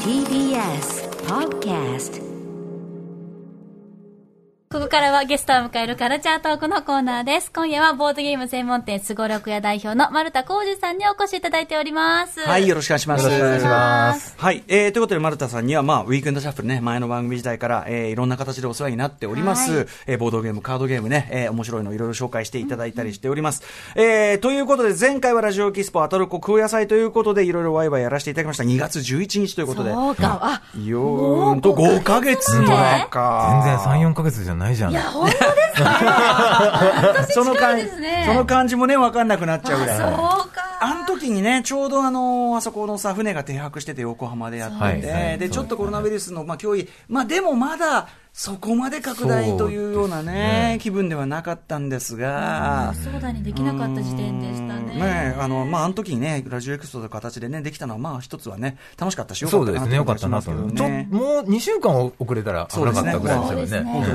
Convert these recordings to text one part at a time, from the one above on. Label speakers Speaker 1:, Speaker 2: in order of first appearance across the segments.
Speaker 1: TBS Podcast
Speaker 2: ここからはゲストを迎えるカルチャートークのコーナーです。今夜はボードゲーム専門店、すごろくや代表の丸田浩二さんにお越しいただいております。
Speaker 3: はい、よろしくお願いします。
Speaker 2: よろしくお願いします。
Speaker 3: はい、えー、ということで、丸田さんには、まあ、ウィークエンドシャッフルね、前の番組時代から、えー、いろんな形でお世話になっております。
Speaker 2: はい
Speaker 3: えーボードゲーム、カードゲームね、えー、面白いのいろいろ紹介していただいたりしております。えー、ということで、前回はラジオキスポ、アトルコ、空野菜ということで、いろいろワイワイやらせていただきました。2月11日ということで。
Speaker 2: そうか。あ、
Speaker 3: よーんと、5ヶ月とか。
Speaker 4: 全然3、4ヶ月じゃないじゃん。
Speaker 2: いや、本当ですね。半年
Speaker 3: その
Speaker 2: 近い
Speaker 3: 感
Speaker 2: で
Speaker 3: じ、
Speaker 2: すね。
Speaker 3: その感じもね、わかんなくなっちゃうぐらい。
Speaker 2: あそうか。
Speaker 3: あの時にね、ちょうどあのーあそこのさ、船が停泊してて、横浜でやってて、
Speaker 4: はいはい
Speaker 3: で、
Speaker 4: そう
Speaker 3: ちょっとコロナウイルスの、まあ、脅威、まあ、でもまだ、そこまで拡大というような
Speaker 4: そう
Speaker 3: ね
Speaker 4: ですね
Speaker 3: 気分ではなかったんですが、
Speaker 2: そうだにできなかった時点でしたね。
Speaker 3: ねえあの、まあ、あの時にね、ラジオエクストの形でね、できたのは、まあ、一つはね、楽しかったし、よか
Speaker 4: そ
Speaker 3: っ
Speaker 4: う
Speaker 3: た
Speaker 4: で
Speaker 3: な
Speaker 4: す
Speaker 3: と
Speaker 4: ね、
Speaker 3: いう
Speaker 4: よ
Speaker 3: 感
Speaker 4: かっ
Speaker 3: じしたま
Speaker 4: な
Speaker 3: す
Speaker 4: と
Speaker 3: けど
Speaker 4: 思う。ちょ
Speaker 3: ね
Speaker 4: もう2週間遅れたら危なかったぐらいです
Speaker 2: そ
Speaker 4: よね。
Speaker 2: うで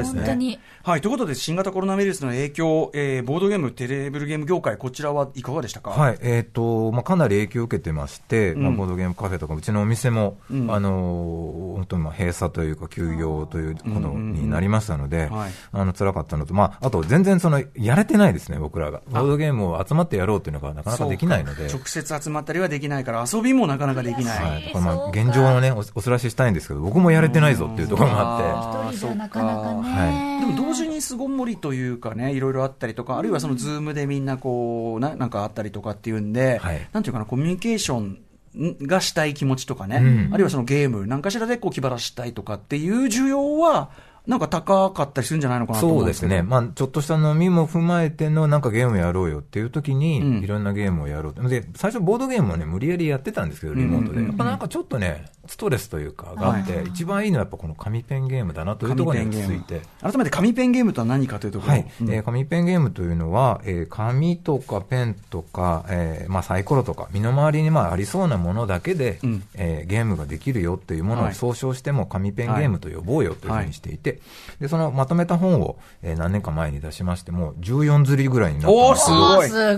Speaker 2: すね本当に
Speaker 3: はい、ということで、新型コロナウイルスの影響、えーボードゲーム、テレブルゲーム業界、こちらはいかがでしたか、
Speaker 4: はい、えっ、と、まあ、かなり影響を受けてまして、まあ
Speaker 3: うん
Speaker 4: ボードゲームカフェとか、うちのお店も、
Speaker 3: うん
Speaker 4: あのー本当にまあ閉鎖というか、休業ということになりましたの
Speaker 3: う
Speaker 4: で、
Speaker 3: んうんはい
Speaker 4: あの、辛かったのと、まあ、あと、全然その、やれてないですね、僕らが。ボードゲームを集まってやろうというのがなかなかできないので。
Speaker 3: そうか直接集まったりはできないから、遊びもなかなかできない。
Speaker 4: はい、だからまあ、現状のね、おおすらししたいんですけど、僕もやれてないぞっていうところもあって、
Speaker 3: あー
Speaker 2: 一人じゃなかなかね。
Speaker 4: は
Speaker 3: でも同時に巣ごもりというかね、いろいろあったりとか、あるいはそのズームでみんなこう、ななんかあったりとかっていうんで、
Speaker 4: はい
Speaker 3: なんていうかな、コミュニケーションがしたい気持ちとかね、
Speaker 4: うん
Speaker 3: あるいはそのゲーム、何かしらでこう気晴らししたいとかっていう需要は、なんか高かったりするんじゃないのかなと思
Speaker 4: そ
Speaker 3: うん
Speaker 4: う
Speaker 3: で
Speaker 4: ですす
Speaker 3: けど
Speaker 4: ね。まあ、ちょっとした飲みも踏まえての、なんかゲームやろうよっていう時に、
Speaker 3: うん
Speaker 4: いろんなゲームをやろうと。で、最初ボードゲームをね、無理やりやってたんですけど、リモート
Speaker 3: うんうんう
Speaker 4: で。
Speaker 3: ん
Speaker 4: やっぱなんかちょっとね、ストレスというか、があっ
Speaker 3: は
Speaker 4: て、一番いいのはやっぱこの紙ペンゲームだなというところに落ち着いて。
Speaker 3: 改めて紙ペンゲームとは何かというところ、
Speaker 4: はい、
Speaker 3: うん
Speaker 4: えー紙ペンゲームというのは、えー紙とかペンとか、えーまあ、サイコロとか、身の回りにまあありそうなものだけで、
Speaker 3: うん
Speaker 4: えーゲームができるよっていうもの
Speaker 3: は
Speaker 4: を
Speaker 3: い
Speaker 4: 総称しても、紙ペンゲームと呼ぼうよというふうにしていて、でそのまとめた本を、えー何年か前に出しまして、もう14釣りぐらいになって
Speaker 3: おー
Speaker 4: ますす
Speaker 3: ごい
Speaker 2: あすご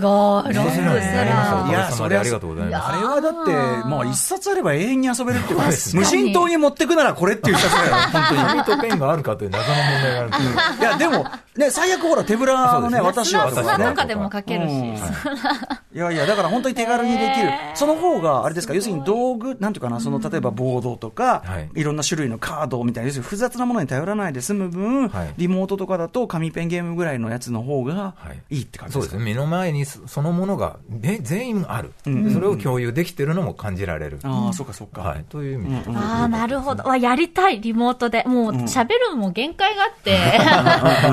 Speaker 2: い。ロングセ
Speaker 4: ロングセラ
Speaker 2: ラ
Speaker 4: ー
Speaker 2: ー。
Speaker 4: いやそれはありがとうございます
Speaker 3: あれはだって、まあ一冊あれば永遠に遊べるっていうか、
Speaker 2: に
Speaker 3: 無人島に持ってくならこれっていう一冊だよ、本当に。
Speaker 4: 紙とペンがあるかという謎の問題があるんですけど
Speaker 3: いや、でも、ね、最悪ほら、手ぶらのね、
Speaker 4: そうで
Speaker 3: 私
Speaker 4: すね
Speaker 3: は
Speaker 2: 砂
Speaker 3: と
Speaker 4: 私
Speaker 3: か
Speaker 4: は
Speaker 2: 砂
Speaker 3: ね
Speaker 2: と。かでも書けるし。
Speaker 3: うんいやいや、だから本当に手軽にできる
Speaker 2: へ。ー
Speaker 3: その方が、あれですか、要するに道具、なんていうかな、その、例えばボードとか
Speaker 4: はい、
Speaker 3: いろんな種類のカードみたいな、要するに複雑なものに頼らないで済む分
Speaker 4: はい、
Speaker 3: リモートとかだと紙ペンゲームぐらいのやつの方が
Speaker 4: はい
Speaker 3: いいって感じ
Speaker 4: そう
Speaker 3: で
Speaker 4: ですす
Speaker 3: か
Speaker 4: ね、目の前にそそのものがべ全員ある、
Speaker 3: ん
Speaker 4: それを共有できてるのも感じられる、
Speaker 3: ああ、そうかそうか。
Speaker 4: はい、という意味で、
Speaker 3: うん
Speaker 2: ああ、なるほど。わ、やりたい、リモートで。もう、喋るも限界があって、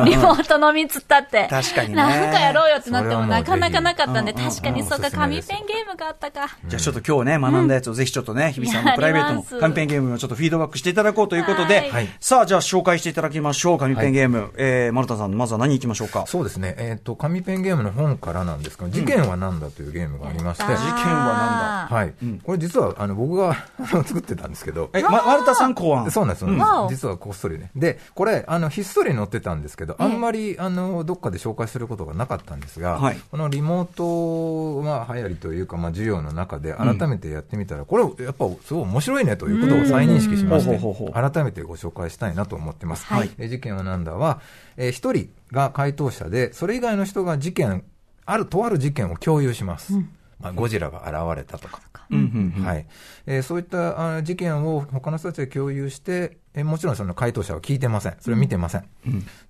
Speaker 2: リモートのみつったって。
Speaker 3: 確かにね
Speaker 2: なんかやろうよってなっても、
Speaker 4: それはも
Speaker 2: な
Speaker 4: う
Speaker 2: かなかなかったんで、
Speaker 3: ぜひ
Speaker 2: 確かに、
Speaker 4: うん
Speaker 2: そうか、
Speaker 4: おすすめで
Speaker 2: 紙
Speaker 4: す
Speaker 2: ペンゲームがあったか。
Speaker 3: じゃあちょっと今日ね、学んだやつをぜひちょっとね、日比さんのプライベート
Speaker 2: やり
Speaker 3: の
Speaker 2: ます
Speaker 3: 紙ペンゲームをちょっとフィードバックしていただこうということで、
Speaker 2: はい
Speaker 3: さあじゃあ紹介していただきましょう、紙ペンゲーム。えー、丸田さん、まずは何いきましょうか。
Speaker 4: そうですね、えっと紙ペンゲームの本からなんですが、事件はなんだというゲームがありまして、
Speaker 2: やった
Speaker 3: 事件は
Speaker 2: あ
Speaker 4: はいこれ、実はあの僕が あの作ってたんですけど、
Speaker 3: え、ま、丸田さん考案。
Speaker 4: そうなんです、そ
Speaker 2: わ
Speaker 4: うなん
Speaker 2: お
Speaker 4: です実はこっそりね、でこれあの、ひっそり載ってたんですけど、
Speaker 2: ええ
Speaker 4: あんまりあのどっかで紹介することがなかったんですが、
Speaker 3: はい
Speaker 4: このリモート、まあ、流行りというか、まあ、授業の中で、改めてやってみたら、これ、やっぱすごい面白いねということを再認識しまし
Speaker 3: うん
Speaker 4: て
Speaker 3: ほうほうほ、う
Speaker 4: 改めてご紹介したいなと思ってます。
Speaker 2: はい
Speaker 4: え事件はなんだは、えー一人が回答者で、それ以外の人が事件、あるとある事件を共有します。まあ、ゴジラが現れたとか。
Speaker 3: うんうんうん
Speaker 4: はいえーそういったあ事件を他の人たちで共有して、えーもちろんその回答者は聞いてません、それを見てません、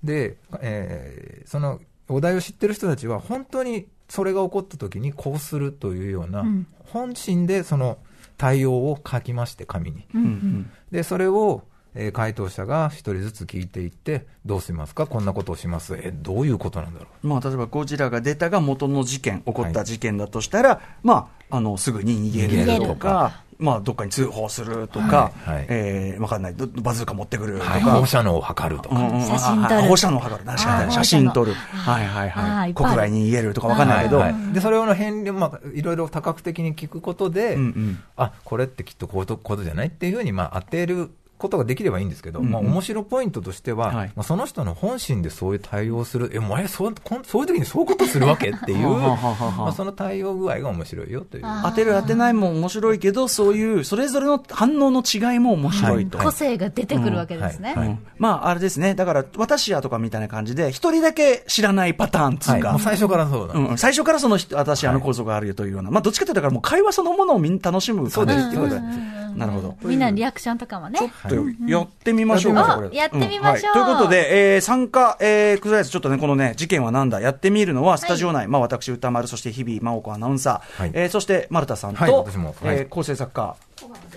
Speaker 4: で、えーそのお題を知ってる人たちは、本当にそれが起こった時にこうするというような、本心でその対応を書きまして、紙に。
Speaker 3: うんうん
Speaker 4: でそれをえー回答者が一人ずつ聞いていって、どうしますか、こんなことをします、えーどういうことなんだろう、
Speaker 3: まあ、例えばゴジラが出たが元の事件、起こった事件だとしたら、まあ、あの、すぐに逃げ
Speaker 4: 逃げ
Speaker 3: ると
Speaker 4: ると
Speaker 3: か
Speaker 4: か、
Speaker 3: まあ、どっかに通報するとか、
Speaker 4: はいはい
Speaker 3: えーわかんない、どバズーカ持ってくるとか、
Speaker 4: はい、放射能を測るとか、
Speaker 3: うんうん
Speaker 2: 写真撮る
Speaker 3: あ放射能を測る。確か
Speaker 2: あ
Speaker 3: に。
Speaker 2: ー
Speaker 3: 写真撮る。
Speaker 2: 放射能
Speaker 3: はいはい
Speaker 2: あ
Speaker 3: は
Speaker 2: ーい
Speaker 3: い。
Speaker 2: っぱい
Speaker 3: 国外に逃げるとかわかんないけど。
Speaker 4: はいはいでそれをの変量、まあ、いろいろ多角的に聞くことで、
Speaker 3: うんうん
Speaker 4: あこれってきっとこういうことじゃないっていうふうに、まあ、当てることができればいいんですけど、
Speaker 3: うんうん
Speaker 4: まあ、面白ポイントとしては、
Speaker 3: はい
Speaker 4: まあ、その人の本心でそういう対応をする、え、お前そうこん、そういう時にそういうことするわけっていう、
Speaker 3: はあはあはあはあ
Speaker 4: まあ、その対応具合が面白いよという。
Speaker 2: あ
Speaker 3: 当てる当てないも面白いけど、そういう、それぞれの反応の違いも面白いと。
Speaker 2: 個性が出てくるわけですね。
Speaker 3: うんまあ、あれですね。だから、私やとかみたいな感じで、一人だけ知らないパターンって
Speaker 4: はいいう
Speaker 3: か、
Speaker 4: もう最初からそうだ。
Speaker 3: うん、最初からその人、私、あの構造があるよというような、まあ、どっちかというと、だからもう会話そのものをみんな楽しむ
Speaker 4: そう
Speaker 3: 感
Speaker 4: で
Speaker 3: じ
Speaker 4: す
Speaker 3: っていうことで
Speaker 4: そうです
Speaker 3: なるほど。
Speaker 2: みんなのリアクションとかもね。
Speaker 3: ちょっとやってみましょう
Speaker 4: や
Speaker 3: か、
Speaker 2: みましょ
Speaker 3: こ
Speaker 4: って
Speaker 2: う
Speaker 3: れ
Speaker 2: やってみましょうん
Speaker 3: はいということで、えー参加、えー、くずらやつ、ちょっとね、このね、事件はなんだ、やってみるのは、スタジオ内、まあ、私、歌丸、そして日々真央子アナウンサー、
Speaker 4: はい
Speaker 3: えーそして、丸田さんと、
Speaker 4: はい私もはい
Speaker 3: えー構成作家、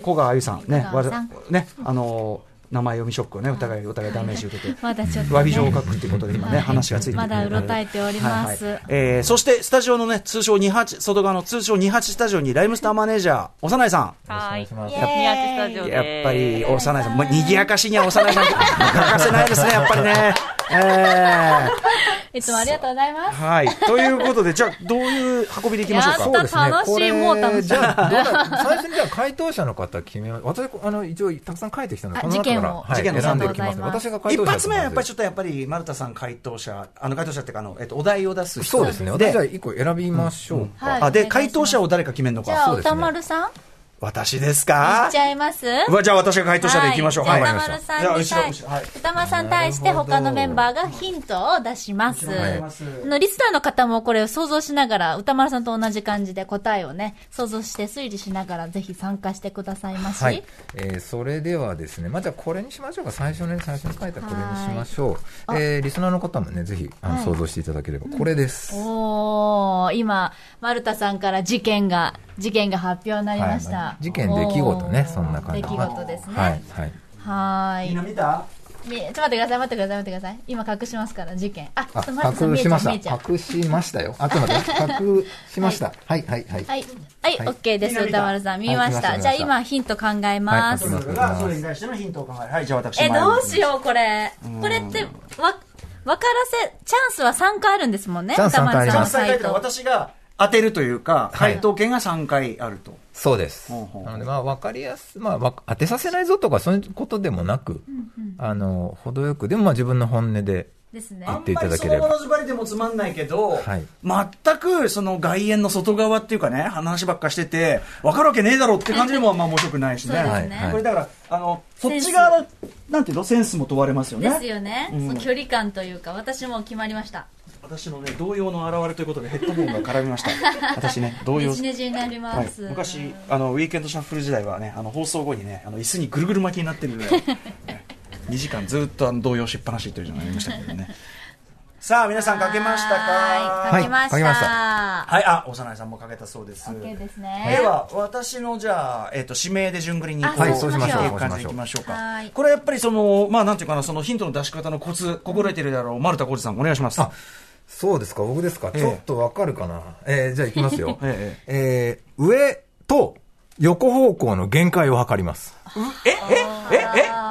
Speaker 3: 小川あゆさん、ね、
Speaker 2: 小川
Speaker 3: わ
Speaker 2: さん
Speaker 3: ざね、あのー名前読みショックをね、お互い、お互いダメージ受けて。
Speaker 2: まだちょっと、ね。
Speaker 3: 詫び状を書くっていうことで今ね、
Speaker 2: はい
Speaker 3: 話がついてきて
Speaker 2: まだうろたえております
Speaker 3: はいはいえーそして、スタジオのね、通称28、外側の通称28スタジオに、ライムスターマネージャー、幼いさん。
Speaker 5: は
Speaker 4: よろしくお願い
Speaker 2: ま
Speaker 4: し
Speaker 2: す
Speaker 5: 宮地スタジオです。
Speaker 3: やっぱり、幼いさん、まあ、賑やかしには幼いさん、欠かせないですね、やっぱりね。え
Speaker 2: いつもありがとうございま
Speaker 3: ー
Speaker 2: す。
Speaker 3: はい。ということで、じゃあ、どういう運びでいきましょう
Speaker 2: や
Speaker 3: か
Speaker 2: っ。た楽しい
Speaker 4: これ
Speaker 2: もう楽しい
Speaker 4: じゃあ、どうだ最初にじゃあ回答者の方決めます。私、あの、一応、たくさん書いてきたので、
Speaker 2: あ
Speaker 4: この中から、はい
Speaker 3: 事件を
Speaker 4: 選んで
Speaker 2: ありがとう
Speaker 4: いきますね。
Speaker 2: ございます
Speaker 4: 私
Speaker 3: 一
Speaker 4: が回答者だと思うんです
Speaker 3: 発目はやっぱりちょっとやっぱり丸田さん回答者あの回答者っていうかあの、えっと、お題を出す人
Speaker 4: そうですね。私は一個選びましょうか。
Speaker 2: はい
Speaker 3: あ
Speaker 2: お願いし
Speaker 3: で
Speaker 2: ます
Speaker 3: 回答者を誰か決めるの
Speaker 2: じゃ
Speaker 3: か
Speaker 2: あ、
Speaker 4: そう
Speaker 2: お
Speaker 4: ですね
Speaker 2: たまるさん、い
Speaker 3: 私ですか
Speaker 2: っちゃいます
Speaker 3: うわじゃあ私が回答者でいきましょう
Speaker 2: はい、
Speaker 3: は
Speaker 2: じ
Speaker 3: い
Speaker 2: ゃあ、歌丸さん
Speaker 3: じゃあ
Speaker 2: に
Speaker 3: 後ろ
Speaker 2: 対
Speaker 3: 後ろはい
Speaker 2: 歌丸さんに対して、他のメンバーがヒントを出します。
Speaker 4: はい
Speaker 2: あのリスナーの方もこれを想像しながら、歌丸さんと同じ感じで答えをね、想像して推理しながら、ぜひ参加してくださいまし。
Speaker 4: はい、えーそれではですね、まあ、じゃあこれにしましょうか、最初のね最初に書いたこれにしましょう、えーリスナーの方もね、ぜひあの
Speaker 2: はい
Speaker 4: 想像していただければ、これです。
Speaker 2: おー、今、丸田さんから事件が、事件が発表になりました。
Speaker 4: はい事件、出来事ね、
Speaker 2: おー
Speaker 4: そんな感じ
Speaker 2: 出来事ですね。
Speaker 4: は、
Speaker 2: はい
Speaker 4: はい、
Speaker 2: ーい。
Speaker 3: みんな見た
Speaker 2: みちょっと待ってください、待ってください、待ってください。今隠しますから、事件。あ、ちょっと待
Speaker 4: あ
Speaker 2: って、
Speaker 4: 隠しまし
Speaker 2: 見えちゃう
Speaker 4: た、隠しましたよ、あちょっと待 って、隠しました、はい、はい、はい、
Speaker 2: はい。はい、
Speaker 4: はい
Speaker 2: オッケーです。
Speaker 3: 見た見た
Speaker 2: 歌丸さん、見まし
Speaker 4: は
Speaker 2: た。
Speaker 4: い見ました
Speaker 2: じゃあ今、ヒント考えます。
Speaker 4: はい書きま
Speaker 3: そ
Speaker 4: す
Speaker 3: れがそれに対してのヒントを考えるはいじゃあ私
Speaker 2: え、
Speaker 3: 前に
Speaker 2: どうしよう、これ。これって、わ、わからせ、チャンスは3回あるんですもんね。
Speaker 4: チャンス3回あり
Speaker 3: チャン
Speaker 4: ま
Speaker 3: ス
Speaker 4: す
Speaker 3: 大会というのは
Speaker 2: ト。
Speaker 3: 私が当てるというか、
Speaker 4: はい
Speaker 3: 回答権が3回あると。
Speaker 4: そうです、
Speaker 3: ほうほう
Speaker 4: なので、まあ、分かりやすまあ、わ当てさせないぞとか、そういうことでもなく、あの程よく、でもまあ自分の本音で、
Speaker 2: ですね。
Speaker 4: 言
Speaker 3: あ
Speaker 4: っ
Speaker 3: ん
Speaker 4: てい
Speaker 3: ま
Speaker 4: た
Speaker 3: り
Speaker 4: だ
Speaker 3: そ
Speaker 4: け
Speaker 3: の
Speaker 4: れば
Speaker 3: ものズバリでもつまんないけど、
Speaker 4: はい
Speaker 3: 全くその外縁の外側っていうかね、話ばっかしてて、分かるわけねえだろって感じでも まあ面白くないしね。
Speaker 2: そうです
Speaker 4: ねはい
Speaker 3: これだから、あの、そっち側の、なんていうのセンスも問われますよね。
Speaker 2: ですよね。
Speaker 3: ん
Speaker 2: その距離感というか、私もう決まりました。
Speaker 3: 私のね、動揺の表れということでヘッドホンが絡みま した。私ね、動
Speaker 2: ね
Speaker 3: 揺
Speaker 2: じ。ねじになり
Speaker 3: は
Speaker 2: ま
Speaker 3: い
Speaker 2: す。、
Speaker 3: 昔あのウィークエンドシャッフル時代はねあの放送後にねあの椅子にぐるぐる巻きになってるぐ らい、ね、2時間ずっとあの動揺しっぱなしというのがありましたけど ねさあ皆さん書けましたか
Speaker 2: は
Speaker 3: はいい、
Speaker 2: 書けました。
Speaker 4: はい書けまし
Speaker 3: あ幼いさんも書けたそうです
Speaker 2: オッケーです
Speaker 3: で
Speaker 2: ね。
Speaker 3: は私のじゃあ、えっと指名で順繰りにこ
Speaker 2: あはいそうしましょう
Speaker 3: いく感じでいきましょう
Speaker 2: は
Speaker 3: か
Speaker 2: い
Speaker 3: これはやっぱりそのまあなんていうかなそのヒントの出し方のコツ心得てるだろう丸田浩二さんお願いします
Speaker 4: あそうですか、僕ですか、
Speaker 3: ええ、
Speaker 4: ちょっとわかるかな、えーじゃあ、いきますよ
Speaker 3: え
Speaker 4: えー上と横方向の限界を測ります、
Speaker 3: ええええ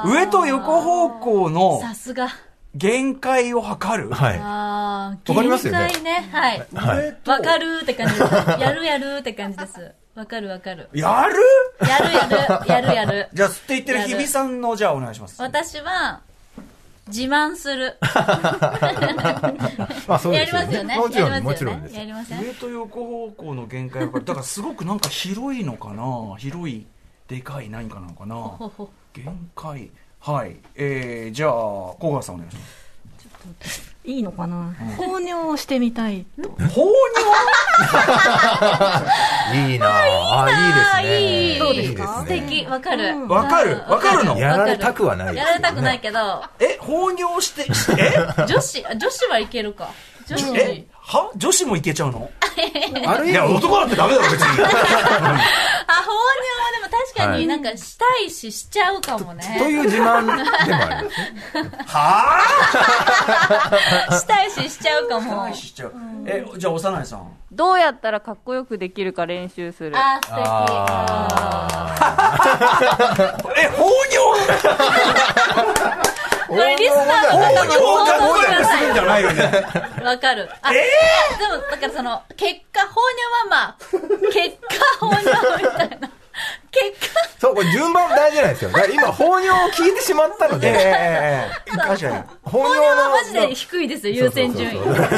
Speaker 3: 上と横方向の
Speaker 2: さすが。
Speaker 3: 限界を測る
Speaker 4: はい、
Speaker 2: ああ、
Speaker 4: わかりますよね
Speaker 2: 限界ね。はい。
Speaker 4: はい
Speaker 3: 上と
Speaker 2: わかるーって感じです。やるやるーって感じです。わかるわかる。
Speaker 3: やる
Speaker 2: やる やる、やるやる。
Speaker 3: じゃあ、吸って言ってる日比さんの、じゃあお願いします。
Speaker 2: 私は、自慢する。
Speaker 4: まあそう
Speaker 2: や
Speaker 4: で
Speaker 2: り
Speaker 4: すよ
Speaker 2: ますよね。
Speaker 4: もちろ
Speaker 2: や
Speaker 4: ん、
Speaker 2: りま
Speaker 4: も
Speaker 2: す
Speaker 4: ち
Speaker 2: よ
Speaker 4: ろ
Speaker 2: ね
Speaker 4: んです
Speaker 2: や。りません
Speaker 3: 上と横方向の限界を、だからすごくなんか広いのかな広い、でかい何かなのか
Speaker 2: ほ
Speaker 3: な
Speaker 2: ほ
Speaker 3: 限界。はい。えー、じゃあ、小川さんお願いします。
Speaker 6: いいのかな、放尿をしてみたい
Speaker 3: 放尿
Speaker 4: いいなああ、い
Speaker 2: あーい
Speaker 4: いですね。
Speaker 2: い
Speaker 4: いいです
Speaker 2: 素
Speaker 4: ね
Speaker 2: 敵、わかる。
Speaker 3: わかるわかるの
Speaker 4: やられたくはないです
Speaker 2: や
Speaker 4: よね
Speaker 2: られたくないけど、
Speaker 3: え、放尿して、してえ
Speaker 2: 女子、あ女子はいけるか。女子。
Speaker 3: えは女子もいけちゃうの
Speaker 4: ある
Speaker 3: い
Speaker 4: 意
Speaker 3: や、
Speaker 4: 味、
Speaker 3: 男なんてダメだろ、別
Speaker 2: あ、
Speaker 3: に。
Speaker 2: 放尿はでも確か
Speaker 4: は
Speaker 2: に
Speaker 4: い
Speaker 2: なんかしたいししちゃうかも
Speaker 4: と
Speaker 2: ね。
Speaker 4: いう自慢でもありますね。
Speaker 3: は
Speaker 2: したいししちゃうかも。
Speaker 3: ぁしちゃう。え、じゃあ、幼いさん。
Speaker 5: どうやったらかっこよくできるか練習する。
Speaker 2: あ、素敵。
Speaker 4: あ
Speaker 3: え、放尿
Speaker 4: ー
Speaker 2: これリスナー
Speaker 3: 放
Speaker 2: の
Speaker 3: 尿
Speaker 2: 方も想
Speaker 3: がどう
Speaker 2: 像く
Speaker 3: やって
Speaker 2: だ
Speaker 3: す
Speaker 2: さ
Speaker 3: るんじゃないよね。
Speaker 2: い。 わかる。あ、でも、だからその、 結果、放尿はまあ、結果、放尿みたいな。結
Speaker 4: そう、これ順番大事なんですよ。だから今、放尿を聞いてしまったの
Speaker 3: ええええ
Speaker 4: で、
Speaker 3: ええ確かに。
Speaker 4: 放尿
Speaker 2: これ
Speaker 4: の
Speaker 2: はマジで低いですよ、優先順位。
Speaker 4: そうそうそうそ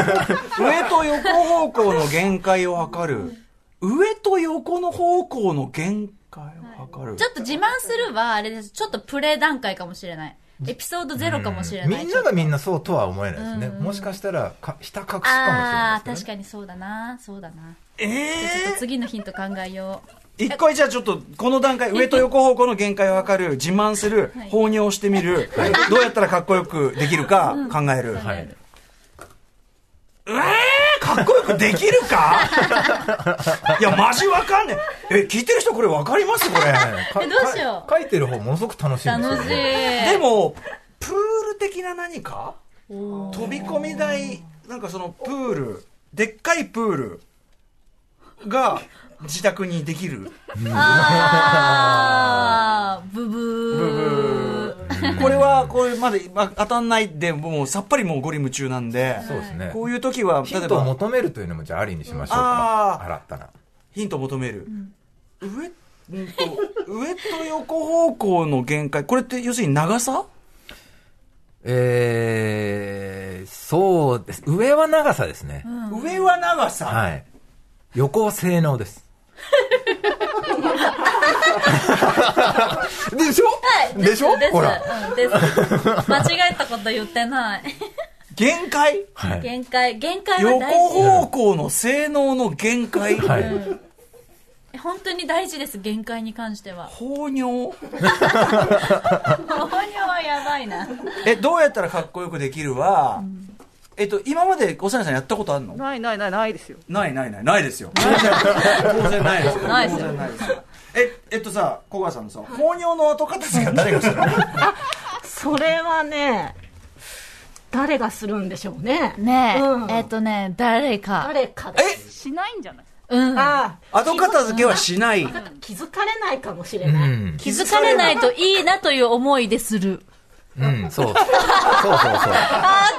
Speaker 4: う
Speaker 3: 上と横方向の限界を測る。上と横の方向の限界を測る。
Speaker 2: ちょっと自慢するは、あれです。ちょっとプレ段階かもしれない。エピソードゼロかもしれない。
Speaker 4: みんながみん
Speaker 2: な。
Speaker 4: なそうとは思えないですね。
Speaker 2: うんうん
Speaker 4: もしかしたらか、ひた隠しかもしれ
Speaker 2: あ
Speaker 4: ない
Speaker 2: あー、
Speaker 4: です、
Speaker 2: 確
Speaker 4: ね。
Speaker 2: かにそうだな。そうだな。
Speaker 3: え
Speaker 2: ちょっと
Speaker 3: え
Speaker 2: 次のヒント考えよう。
Speaker 3: 一回じゃあちょっと、この段階、上と横方向の限界を測る、自慢する
Speaker 2: はい、
Speaker 3: 放尿してみる、どうやったらかっこよくできるか考える。
Speaker 2: かに
Speaker 4: はい。
Speaker 3: ええかっこよくできるか いや、マジわかんねえ。え、聞いてる人これわかりますこれ。
Speaker 4: か
Speaker 2: えどうしよう
Speaker 4: か書いてる方ものすごく楽しいん
Speaker 2: 楽
Speaker 4: です
Speaker 2: しい。
Speaker 4: よ、ね。
Speaker 3: でも、プール的な何か飛び込み台、なんかそのプール、でっかいプールが自宅にできる。
Speaker 2: あー、ブブー。
Speaker 3: これは、これまでまあ当たんないで、もうさっぱりもうゴリ夢中なんで、
Speaker 4: そうですね。
Speaker 3: こういう時は、
Speaker 4: ヒ
Speaker 3: 例え
Speaker 4: ントを
Speaker 3: ば、
Speaker 4: 求めるというのもじゃあありにしましょう
Speaker 3: あ
Speaker 4: か。
Speaker 3: ー
Speaker 4: 洗ったら。
Speaker 3: ヒント求める。上、うんと、上と横方向の限界、これって要するに長さ
Speaker 4: えー、そうです。上は長さですね。
Speaker 3: 上は長さ。
Speaker 4: はい。横は性 能です。でしょ、でしょ
Speaker 2: です
Speaker 4: ほら。
Speaker 2: うんです。間違えたこと言ってない。
Speaker 3: 限界
Speaker 4: はい。
Speaker 2: 限界、限界は
Speaker 3: 横
Speaker 2: 大事。
Speaker 3: 方向の性能の限界。
Speaker 4: はい。
Speaker 2: 本当に大事です、限界に関しては。
Speaker 3: 放尿
Speaker 2: 放 尿はやばいな。
Speaker 3: えどうやったらかっこよくできるは、えっと今までおさやさんやったことあるの
Speaker 5: ないないないないですよ。
Speaker 3: ないないないないですよ当然当然ないですよ
Speaker 2: ないですよ
Speaker 3: 当然ないですよええっとさ小川さんのさ放尿の後片付けは誰がするの
Speaker 6: それはね、誰がするんでしょうね。
Speaker 2: ねえ、
Speaker 6: うん
Speaker 2: えっ、とね、誰か。
Speaker 6: 誰かが。
Speaker 3: え
Speaker 5: しないんじゃない
Speaker 2: うん。
Speaker 6: ああ
Speaker 3: 後片付けはしない
Speaker 6: 気づかれないかもしれ
Speaker 4: う
Speaker 6: ない。
Speaker 4: ん。
Speaker 2: 気づかれないといいなという思いでする。
Speaker 4: うん、そう。そうそう
Speaker 2: あ
Speaker 4: そう。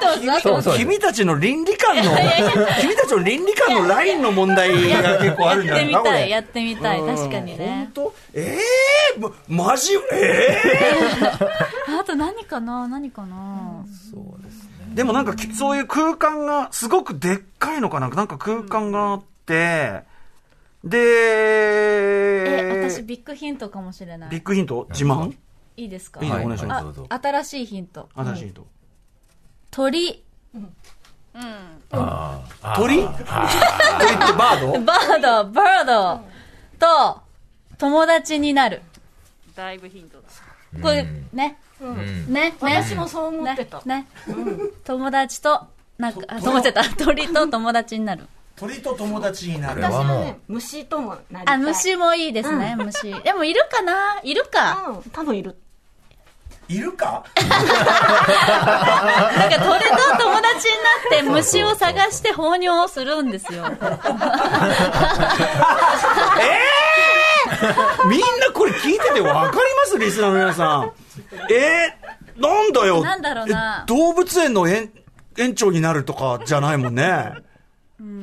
Speaker 2: ー、あと、あ
Speaker 4: そうそう
Speaker 3: 君たちの倫理観の君たちの倫理観のラインの問題が結構あるんじゃ
Speaker 2: やってみ
Speaker 3: ないかこ
Speaker 2: たい、
Speaker 3: れ
Speaker 2: やってみたい。確かに
Speaker 3: 本
Speaker 2: ね。
Speaker 3: 当ええー、まマジえ
Speaker 2: あと何かな何かな
Speaker 3: えー、でもなんかきそういう空間がすごくでっかいのかななんか空間があってで
Speaker 2: え、私、ビッグヒントかもしれな
Speaker 3: ビッ
Speaker 2: い。
Speaker 3: グヒント自慢
Speaker 2: いいですか
Speaker 3: いいね
Speaker 4: はい
Speaker 3: お願いしま
Speaker 4: は
Speaker 2: あ
Speaker 4: いどうぞ
Speaker 2: 新しいヒント。
Speaker 3: 新しいヒント。
Speaker 2: 鳥、
Speaker 4: あーあー。
Speaker 3: 鳥鳥 ってバード
Speaker 2: バード、バードと、友達になる。
Speaker 5: だいぶヒントだ。
Speaker 2: これ、ね、
Speaker 4: うん。
Speaker 2: ね、ね。
Speaker 6: 私もそう思ってた。
Speaker 2: ね。友達と、なんか、あ、友達だ った。鳥と友達になる。
Speaker 3: 鳥と友達にな
Speaker 4: これ
Speaker 6: 私
Speaker 4: は
Speaker 6: は
Speaker 4: もう
Speaker 6: ね、虫ともなりたい。
Speaker 2: あ、虫もいいですね、虫。でもいるかないるか。
Speaker 6: うん、多分いる。
Speaker 3: いるか
Speaker 2: なんか鳥と友達になって虫を探して放尿をするんですよ。
Speaker 3: みんなこれ聞いててわかりますリスナーの皆さん。えー、なんだよ。
Speaker 2: なんだろうな
Speaker 3: え動物園の園園長になるとかじゃないもんね。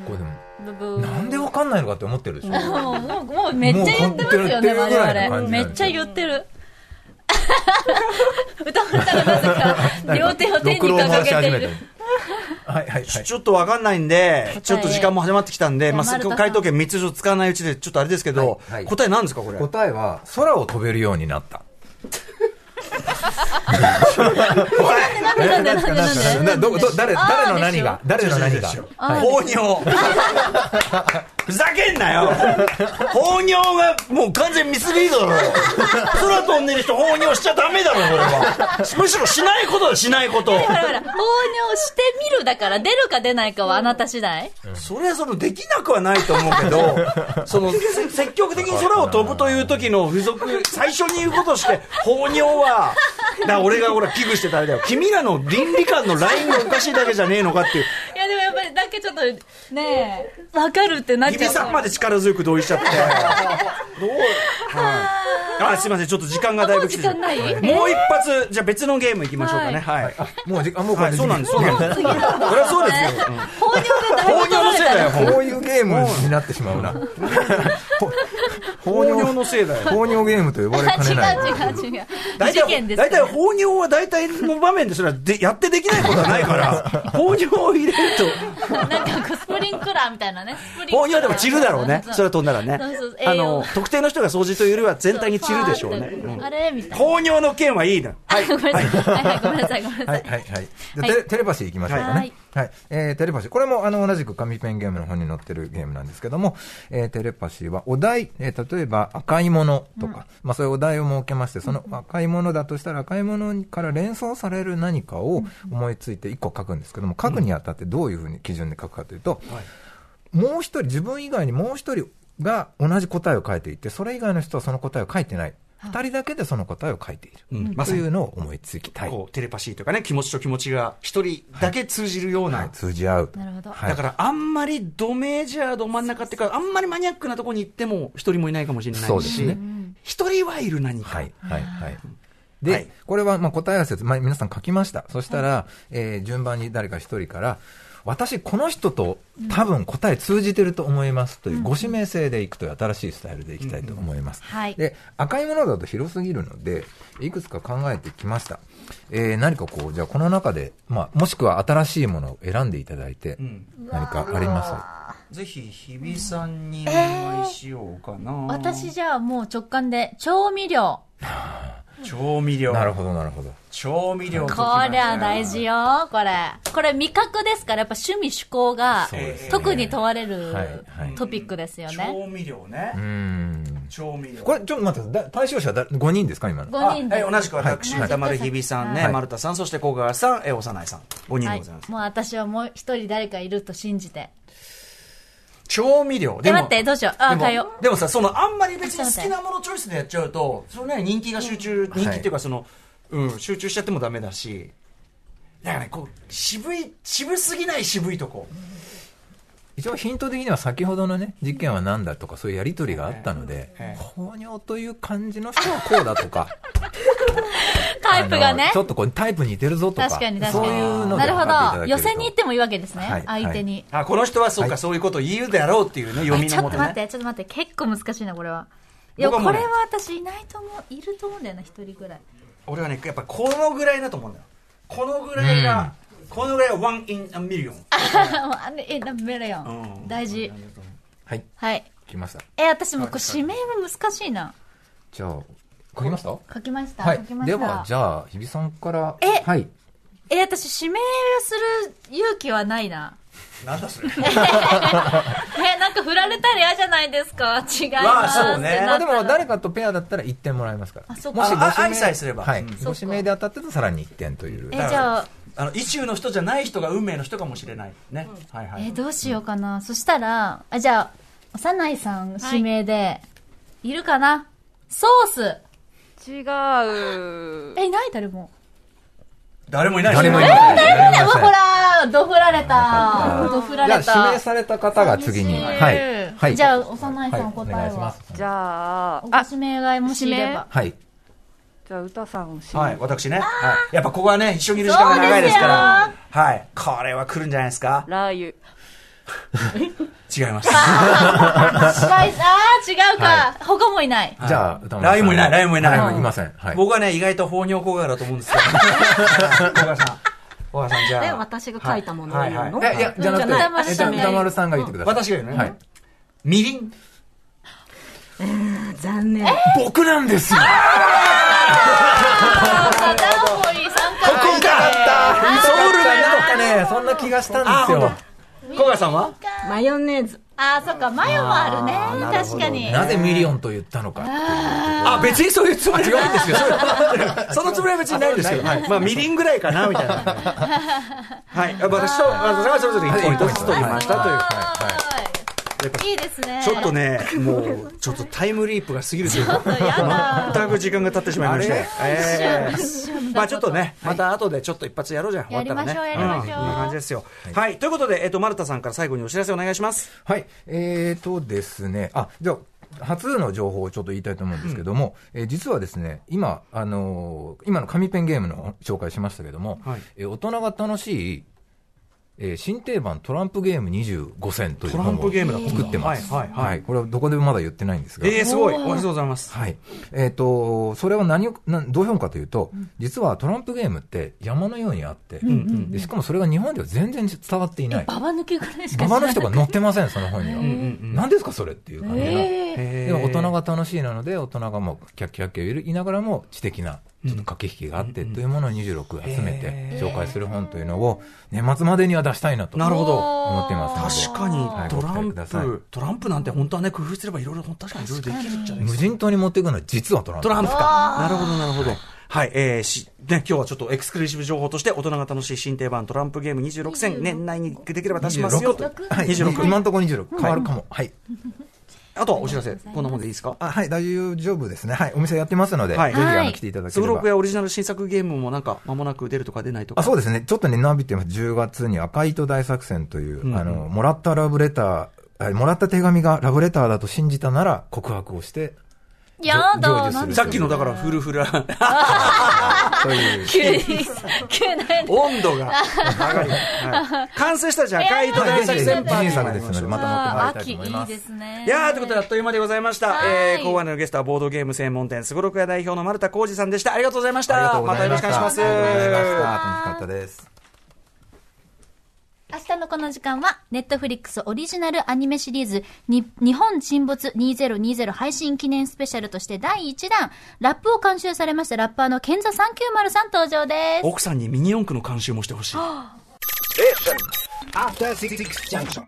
Speaker 4: これでも、
Speaker 2: ブブー。
Speaker 4: なんでわかんないのかって思ってるでしょ。
Speaker 2: もう、もう、もうめっちゃ言ってますよね、
Speaker 4: もう言ってる言ってるぐらい
Speaker 2: 我
Speaker 4: の
Speaker 2: 々。
Speaker 4: 感じな
Speaker 2: め
Speaker 4: ん
Speaker 2: っ
Speaker 4: で
Speaker 2: ち
Speaker 4: す
Speaker 2: ゃ
Speaker 4: よ
Speaker 2: 言ってる。歌丸さんがなぜか、 両手を
Speaker 4: ろ
Speaker 2: 天
Speaker 4: く
Speaker 2: に
Speaker 4: ろを
Speaker 2: 掲
Speaker 4: 回し
Speaker 2: げ
Speaker 4: 始
Speaker 2: てい
Speaker 4: めて
Speaker 2: る
Speaker 4: る。。はいはいは
Speaker 3: ちょ
Speaker 4: い。
Speaker 3: ちょっとわかんないんで、ちょっと時間も始まってきたんで、
Speaker 2: じゃあ
Speaker 3: まあ、
Speaker 2: 丸田さん
Speaker 3: 回答権3つ以上使わないうちで、ちょっとあれですけど、
Speaker 4: はいはい
Speaker 3: 答えなんですか、これ。
Speaker 4: 答えは、空を飛べるようになった。
Speaker 2: なんでなんでなんでなんでなんで
Speaker 4: などど誰誰の何が誰の何が
Speaker 3: 違う違う違う放尿。ふざけんなよ。放尿がもう完全ミスリードだろ。空飛んでる人放尿しちゃダメだろ、これは。むしろしないことだ、しないこ
Speaker 2: ほ
Speaker 3: と。
Speaker 2: らほら、放尿してみるだから、出るか出ないかはあなた次第
Speaker 3: それはそのできなくはないと思う けど、そのせ積極的に空を飛ぶという時の付属、最初に言うこととして、放尿は、だから俺がほら危惧してたあれだよ。君らの倫理観のラインがおかしいだけじゃねえの かっていう。
Speaker 2: いやでもやっぱりなんかちょっとねえわかるってなっ
Speaker 3: ギ
Speaker 2: ち
Speaker 3: ビ
Speaker 2: ゃう
Speaker 3: さんまで力強く同意しち ゃって。どうはい。あ、すいません。ちょっと時間がだいぶ来てる
Speaker 2: もう時間ない
Speaker 3: もう一発、じゃあ別のゲームいきましょうかね。はい。はい
Speaker 4: もう時間もうこれ
Speaker 3: そうなんです。そうなんです。そりゃそうですよ。
Speaker 2: 放尿がだいぶ取られた
Speaker 3: 放尿のせいだよ
Speaker 2: ね
Speaker 4: こういうゲームになってしまうな。
Speaker 3: 放尿のせいだよ
Speaker 4: 糖尿ゲームと呼ばれか
Speaker 2: 違
Speaker 4: ねない。
Speaker 2: う違う違う。
Speaker 3: 大
Speaker 2: 事件
Speaker 3: 体、
Speaker 2: です
Speaker 3: 大
Speaker 2: から
Speaker 3: 体、放尿は大体の場面ですらで、やってできないことはないから、放尿を入れると、
Speaker 2: なんかこうスプリンクラーみたいなね。スプリンクラー
Speaker 3: 放尿でも散るだろうね。それは飛んだらね
Speaker 2: そうそう。
Speaker 3: あ
Speaker 2: 栄養
Speaker 3: の、特定の人が掃除というよりは全体に散るでしょうね。
Speaker 2: そうファーって
Speaker 3: うん
Speaker 2: あれみたいな。
Speaker 3: 放尿の件はいいな。
Speaker 2: あ
Speaker 3: は い。
Speaker 2: ごめんなさい。はいはい、ごめんなさい、ごめんな
Speaker 4: は
Speaker 2: さ
Speaker 4: い
Speaker 2: い。
Speaker 4: はいはい。じゃあ
Speaker 2: はい
Speaker 4: テレテレパシーいきましょうかね。
Speaker 2: は
Speaker 4: はいい。えーテレパシー。これもあの同じく紙ペンゲームの本に載ってるゲームなんですけども、えーテレパシーはお題、えー例えば赤いものとか、まあそういうお題を設けまして、その赤いものだとしたら赤いものから連想される何かを思いついて1個書くんですけども、書くにあたってどういうふうに基準で書くかというと、もう一人、自分以外にもう一人が同じ答えを書いていて、それ以外の人はその答えを書いてない。二人だけでその答えを書いている。
Speaker 3: うんま
Speaker 4: と
Speaker 3: さ
Speaker 4: い
Speaker 3: に
Speaker 4: うのを思いつきたい。
Speaker 3: こう、テレパシーというかね、気持ちと気持ちが一人だけ通じるよう
Speaker 4: はい
Speaker 3: な。
Speaker 4: 通じ合うと。
Speaker 2: なるほど
Speaker 4: はい
Speaker 3: だから、あんまりドメジャー、ど真ん中っていうか、あんまりマニアックなところに行っても、一人もいないかもしれな
Speaker 4: そ
Speaker 3: いう
Speaker 4: です
Speaker 3: し
Speaker 4: ね、
Speaker 3: 一人はいる何か
Speaker 4: は。い、はい、はい。で、
Speaker 3: はい
Speaker 4: これはまあ答え合わせです、まあ、皆さん書きました。そしたら、えー順番に誰か一人から、私、この人と多分答え通じてると思いますという、ご指名制でいくという新しいスタイルでいきたいと思います。
Speaker 2: はい
Speaker 4: で、赤いものだと広すぎるので、いくつか考えてきました。えー何かこう、じゃあこの中で、まあ、もしくは新しいものを選んでいただいて、何かあります
Speaker 3: ぜひ、日比さんにお願いしようかな。
Speaker 2: 私じゃあもう直感で、調味料。
Speaker 3: 調味料。
Speaker 4: なるほど、なるほど。
Speaker 3: 調味料
Speaker 2: こりゃ大事よ、これ。これ味覚ですから、やっぱ趣味趣向が
Speaker 4: そうですね
Speaker 2: 特に問われる
Speaker 4: はいはい
Speaker 2: トピックですよね。
Speaker 3: 調味料ね、
Speaker 4: うん。
Speaker 3: 調味料
Speaker 4: これ、ちょっと待ってくださいだ対象者だ5人ですか、今の。
Speaker 2: 5
Speaker 3: あ
Speaker 2: 人
Speaker 3: え
Speaker 2: で。
Speaker 3: 同じく私、
Speaker 2: はい
Speaker 3: 歌丸日比さんね、
Speaker 4: はい
Speaker 3: 丸田さん、そして小川さん、え幼いさん、5人
Speaker 2: は
Speaker 3: で
Speaker 2: い
Speaker 3: ございます。
Speaker 2: もう私はもう一人誰かいると信じて。
Speaker 3: 調味料、
Speaker 2: え、待って、どうしよう。あ、
Speaker 3: でも
Speaker 2: 変えよ
Speaker 3: でもさ、そのあんまり別に好きなものチョイスでやっちゃうと、そのね、人気が集中、人気っていうか、その、うん、集中しちゃってもダメだし、だからね、こう、渋い、渋すぎない渋いとこ。
Speaker 4: 一応ヒント的には先ほどのね実験は何だとかそういうやり取りがあったので
Speaker 3: ええ
Speaker 4: 放尿という感じの人はこうだと か
Speaker 2: う。タイプが
Speaker 4: あ
Speaker 2: ね
Speaker 4: のち。ょっとこうタイプ似てるぞとか
Speaker 2: 確かに確か
Speaker 4: そう
Speaker 2: に。
Speaker 4: いうの
Speaker 2: な
Speaker 4: で
Speaker 2: るほ
Speaker 4: 分かていただ
Speaker 2: ど。
Speaker 4: けると
Speaker 2: 予選に行ってもいいわけですね。
Speaker 4: はい
Speaker 2: 相手に。
Speaker 3: あ、この人はそうか、
Speaker 4: はい
Speaker 3: そういうこと言うだろうっていうね、読み
Speaker 2: えち
Speaker 3: の
Speaker 2: ょ
Speaker 3: も
Speaker 2: っ
Speaker 3: と
Speaker 2: と待っ
Speaker 3: ね。
Speaker 2: て、ちょっと待って。結構難しいな、これは。いや、
Speaker 3: 僕
Speaker 2: こ
Speaker 3: は
Speaker 2: れ
Speaker 3: もうね
Speaker 2: は私いないと思う、いると思うんだよな、一人ぐ らい。
Speaker 3: 俺はね、やっぱこのぐらいだと思うんだよ。このぐらいが、このぐらいは one in a million。
Speaker 2: あ え、ダメだよ
Speaker 3: うん。
Speaker 2: 大事。
Speaker 4: はい
Speaker 2: はい。
Speaker 4: 来ました
Speaker 2: え、私もこう指名も難しいな。
Speaker 4: じゃあ書きました
Speaker 2: 書きました。
Speaker 4: はい
Speaker 2: 書きまし
Speaker 4: で
Speaker 2: た。
Speaker 4: はじゃあ日比さんから
Speaker 2: え
Speaker 4: はい
Speaker 2: え、私指名する勇気はない な。
Speaker 3: なんだそれ。
Speaker 2: え、なんか振られたら嫌じゃないですか。違い
Speaker 3: わ
Speaker 2: ま
Speaker 3: あ
Speaker 2: す。
Speaker 3: そうね
Speaker 2: って
Speaker 4: ま
Speaker 2: な
Speaker 4: あ
Speaker 2: っ
Speaker 4: で
Speaker 2: たら
Speaker 4: も誰かとペアだったら1点もらえますから
Speaker 2: あ
Speaker 4: もし
Speaker 2: そ
Speaker 4: ご
Speaker 2: うか
Speaker 4: 指名
Speaker 3: ああ愛さえすれば
Speaker 4: はい
Speaker 3: うん
Speaker 4: ご指名で当たってるとさらに1点という
Speaker 2: え、じゃあ、
Speaker 3: あの、意中の人じゃない人が運命の人かもしれない。ね。はいはい。
Speaker 2: え、どうしようかな。そしたら、あ、じゃあ、幼いさん指名で、いるかなソース。
Speaker 5: 違う。
Speaker 2: え、いない誰も。
Speaker 3: 誰もいないし
Speaker 4: 誰もい
Speaker 3: え
Speaker 4: ない誰もい
Speaker 2: あ、
Speaker 4: ません
Speaker 2: ほら、どふられた。どふら
Speaker 4: じゃ
Speaker 2: れ
Speaker 4: あ指名
Speaker 2: た。
Speaker 4: された方が次に
Speaker 2: 寂しい
Speaker 4: はいはい
Speaker 2: じゃあ幼いさん
Speaker 4: はい
Speaker 2: 答え
Speaker 4: お
Speaker 2: は
Speaker 4: 願いします
Speaker 5: じゃあ、
Speaker 2: お
Speaker 5: あ、
Speaker 2: 指名がもしいれば。
Speaker 4: はい
Speaker 5: じゃあ歌さんをし、
Speaker 3: はい、私ね。はい。やっぱここはね、一緒にいる時間が長いですから。はい。これは来るんじゃないですか
Speaker 5: ラー油。
Speaker 3: 違います。ラ
Speaker 2: あ、違うか。他もいない。
Speaker 4: じゃあ歌丸さん
Speaker 3: インもいない、ラインもいない。
Speaker 4: ラインもいませんはい
Speaker 3: 僕はね、意外と放尿効果だと思うん ですけど。はい小川さん。小川さん、じゃあ。
Speaker 6: で私が書いたものを
Speaker 3: は
Speaker 6: 言
Speaker 3: いうはい
Speaker 6: の
Speaker 3: はい
Speaker 4: やいや、じゃなくて、
Speaker 2: 歌丸
Speaker 4: え
Speaker 2: さんが
Speaker 4: 歌丸さんが言ってください。
Speaker 3: 私が言うのね。
Speaker 4: はい。
Speaker 3: みりん。
Speaker 6: 残念
Speaker 4: 僕なんですよ
Speaker 2: 片思い参加。
Speaker 3: こだったソウルメ
Speaker 4: なんかね、そんな気がしたんですよ。
Speaker 3: イト小川さんは
Speaker 6: マヨネーズ
Speaker 2: あー、そっか、マヨもあるね。確かに。
Speaker 4: なぜミリオンと言ったのか。
Speaker 3: あ、別にそういうつもりはないんですよ。そのつもりは別にないんですけど、はいまあ、みりんぐらいかな、みたいな。はい。私と、私がそれぞれ1ポイントずつ取りましたという。
Speaker 2: すごい。いいですね。
Speaker 3: ちょっとね、もう、ちょっとタイムリープが過ぎるというか、
Speaker 2: やだ。
Speaker 3: 全く時間が経ってしまいまして。えーまあちょっとね、また後でちょっと一発やろうじゃん。終わったらね。
Speaker 2: やりましょうやりましょうん
Speaker 3: こんな感じですよ。はい。ということで、えっと、丸田さんから最後にお知らせお願いします。
Speaker 4: はい。えーとですね、あ、じゃあ、初の情報をちょっと言いたいと思うんですけども、えー実はですね、今、あ のー今の紙ペンゲームの紹介しましたけども、
Speaker 3: はい
Speaker 4: えー大人が楽しいえー新定番トランプゲーム25選という
Speaker 3: トランプゲームだ
Speaker 4: 本を作ってます。
Speaker 3: はいはいはい
Speaker 4: これはどこでもまだ言ってないんですが。
Speaker 3: えー、すごい。おめでとうございます。
Speaker 4: はい。えっ、と、それは何を、などう評価というと、実はトランプゲームって山のようにあって、
Speaker 3: うん
Speaker 4: でしかもそれが日本では全然伝わっていない。
Speaker 2: ババ抜きぐらいしか知ら
Speaker 4: ババ
Speaker 2: な
Speaker 4: の
Speaker 2: い
Speaker 4: 人が載ってません、その本には。
Speaker 3: うんうん
Speaker 4: 何ですか、それっていう感じが。
Speaker 3: うんへー
Speaker 4: でも大人が楽しいなので、大人がもうキャッキャッキャ言いながらも知的な、ちょっと駆け引きがあって、というものを26集め
Speaker 3: へ
Speaker 4: て紹介する本というのを年末までには出したいなと
Speaker 3: なるほど。
Speaker 4: 思っていますの
Speaker 3: 確
Speaker 4: で。
Speaker 3: かに
Speaker 4: はい
Speaker 3: トラン
Speaker 4: ご期待ください
Speaker 3: プ、トランプなんて本当はね、工夫すればいろいろ、確かにいろいろできるんじゃないです
Speaker 4: 無
Speaker 3: か。
Speaker 4: 人島に持っていくのは実はトランプ
Speaker 3: ト。ランプか。なるほど、なるほど。はい、えー、し、ね、今日はちょっとエクスクルーシブ情報として、大人が楽しい新定番トランプゲーム26選、年内にできれば出しますよと。
Speaker 4: はい、
Speaker 3: 26
Speaker 4: 今のところ26、変わるかも、はい、
Speaker 3: あとはお知らせ、こんなもんでいいですか
Speaker 4: あはい、大丈夫ですね、はい、お店やってますので、
Speaker 3: はい
Speaker 4: ぜひあ
Speaker 2: は
Speaker 4: の
Speaker 2: い
Speaker 4: 来ていただけ
Speaker 3: ス
Speaker 4: れ
Speaker 3: ゴロク
Speaker 4: ば。
Speaker 3: やオリジナル新作ゲームもなんか、間もなく出るとか出ないとか。
Speaker 4: あそうですね、ちょっとね、ナビってます、10月に赤い糸大作戦という、あのもらったラブレターあ、もらった手紙がラブレターだと信じたなら、告白をして、
Speaker 2: やだ
Speaker 4: 成就す
Speaker 2: なん
Speaker 4: る
Speaker 2: で
Speaker 3: さっきのだから、フルフル、
Speaker 4: と いう、
Speaker 2: 急に急な
Speaker 3: 温度が上 がり、はい完成したらじゃあ、赤い糸
Speaker 4: は
Speaker 3: 大
Speaker 4: い、ぜ
Speaker 3: 作
Speaker 4: ひ
Speaker 3: 戦パーティ
Speaker 4: 自信
Speaker 3: ーに
Speaker 4: 作
Speaker 3: 参り
Speaker 4: で
Speaker 3: ますしょう
Speaker 4: ので、また持ってま
Speaker 2: あ
Speaker 4: いりたい
Speaker 2: 秋い
Speaker 4: と思いま。
Speaker 2: いですすね
Speaker 3: いやー、ということで、あっという間でございました。
Speaker 2: はい
Speaker 3: えー、今晩のゲストは、ボードゲーム専門店、すごろくや代表の丸田浩二さんでした。ありがとうございました。
Speaker 4: ありがとうご
Speaker 3: また
Speaker 4: ざい
Speaker 3: よろし
Speaker 4: まし
Speaker 3: く
Speaker 4: た。
Speaker 3: お願いします。
Speaker 4: ありがとうございました。楽しかったです。
Speaker 2: 明日のこの時間は、ネットフリックスオリジナルアニメシリーズ、に日本沈没2020配信記念スペシャルとして第1弾、ラップを監修されましたラッパーのケンザ390さん登場です。
Speaker 3: 奥さんにミニ四駆の監修もしてほしい。
Speaker 7: After Six Junction.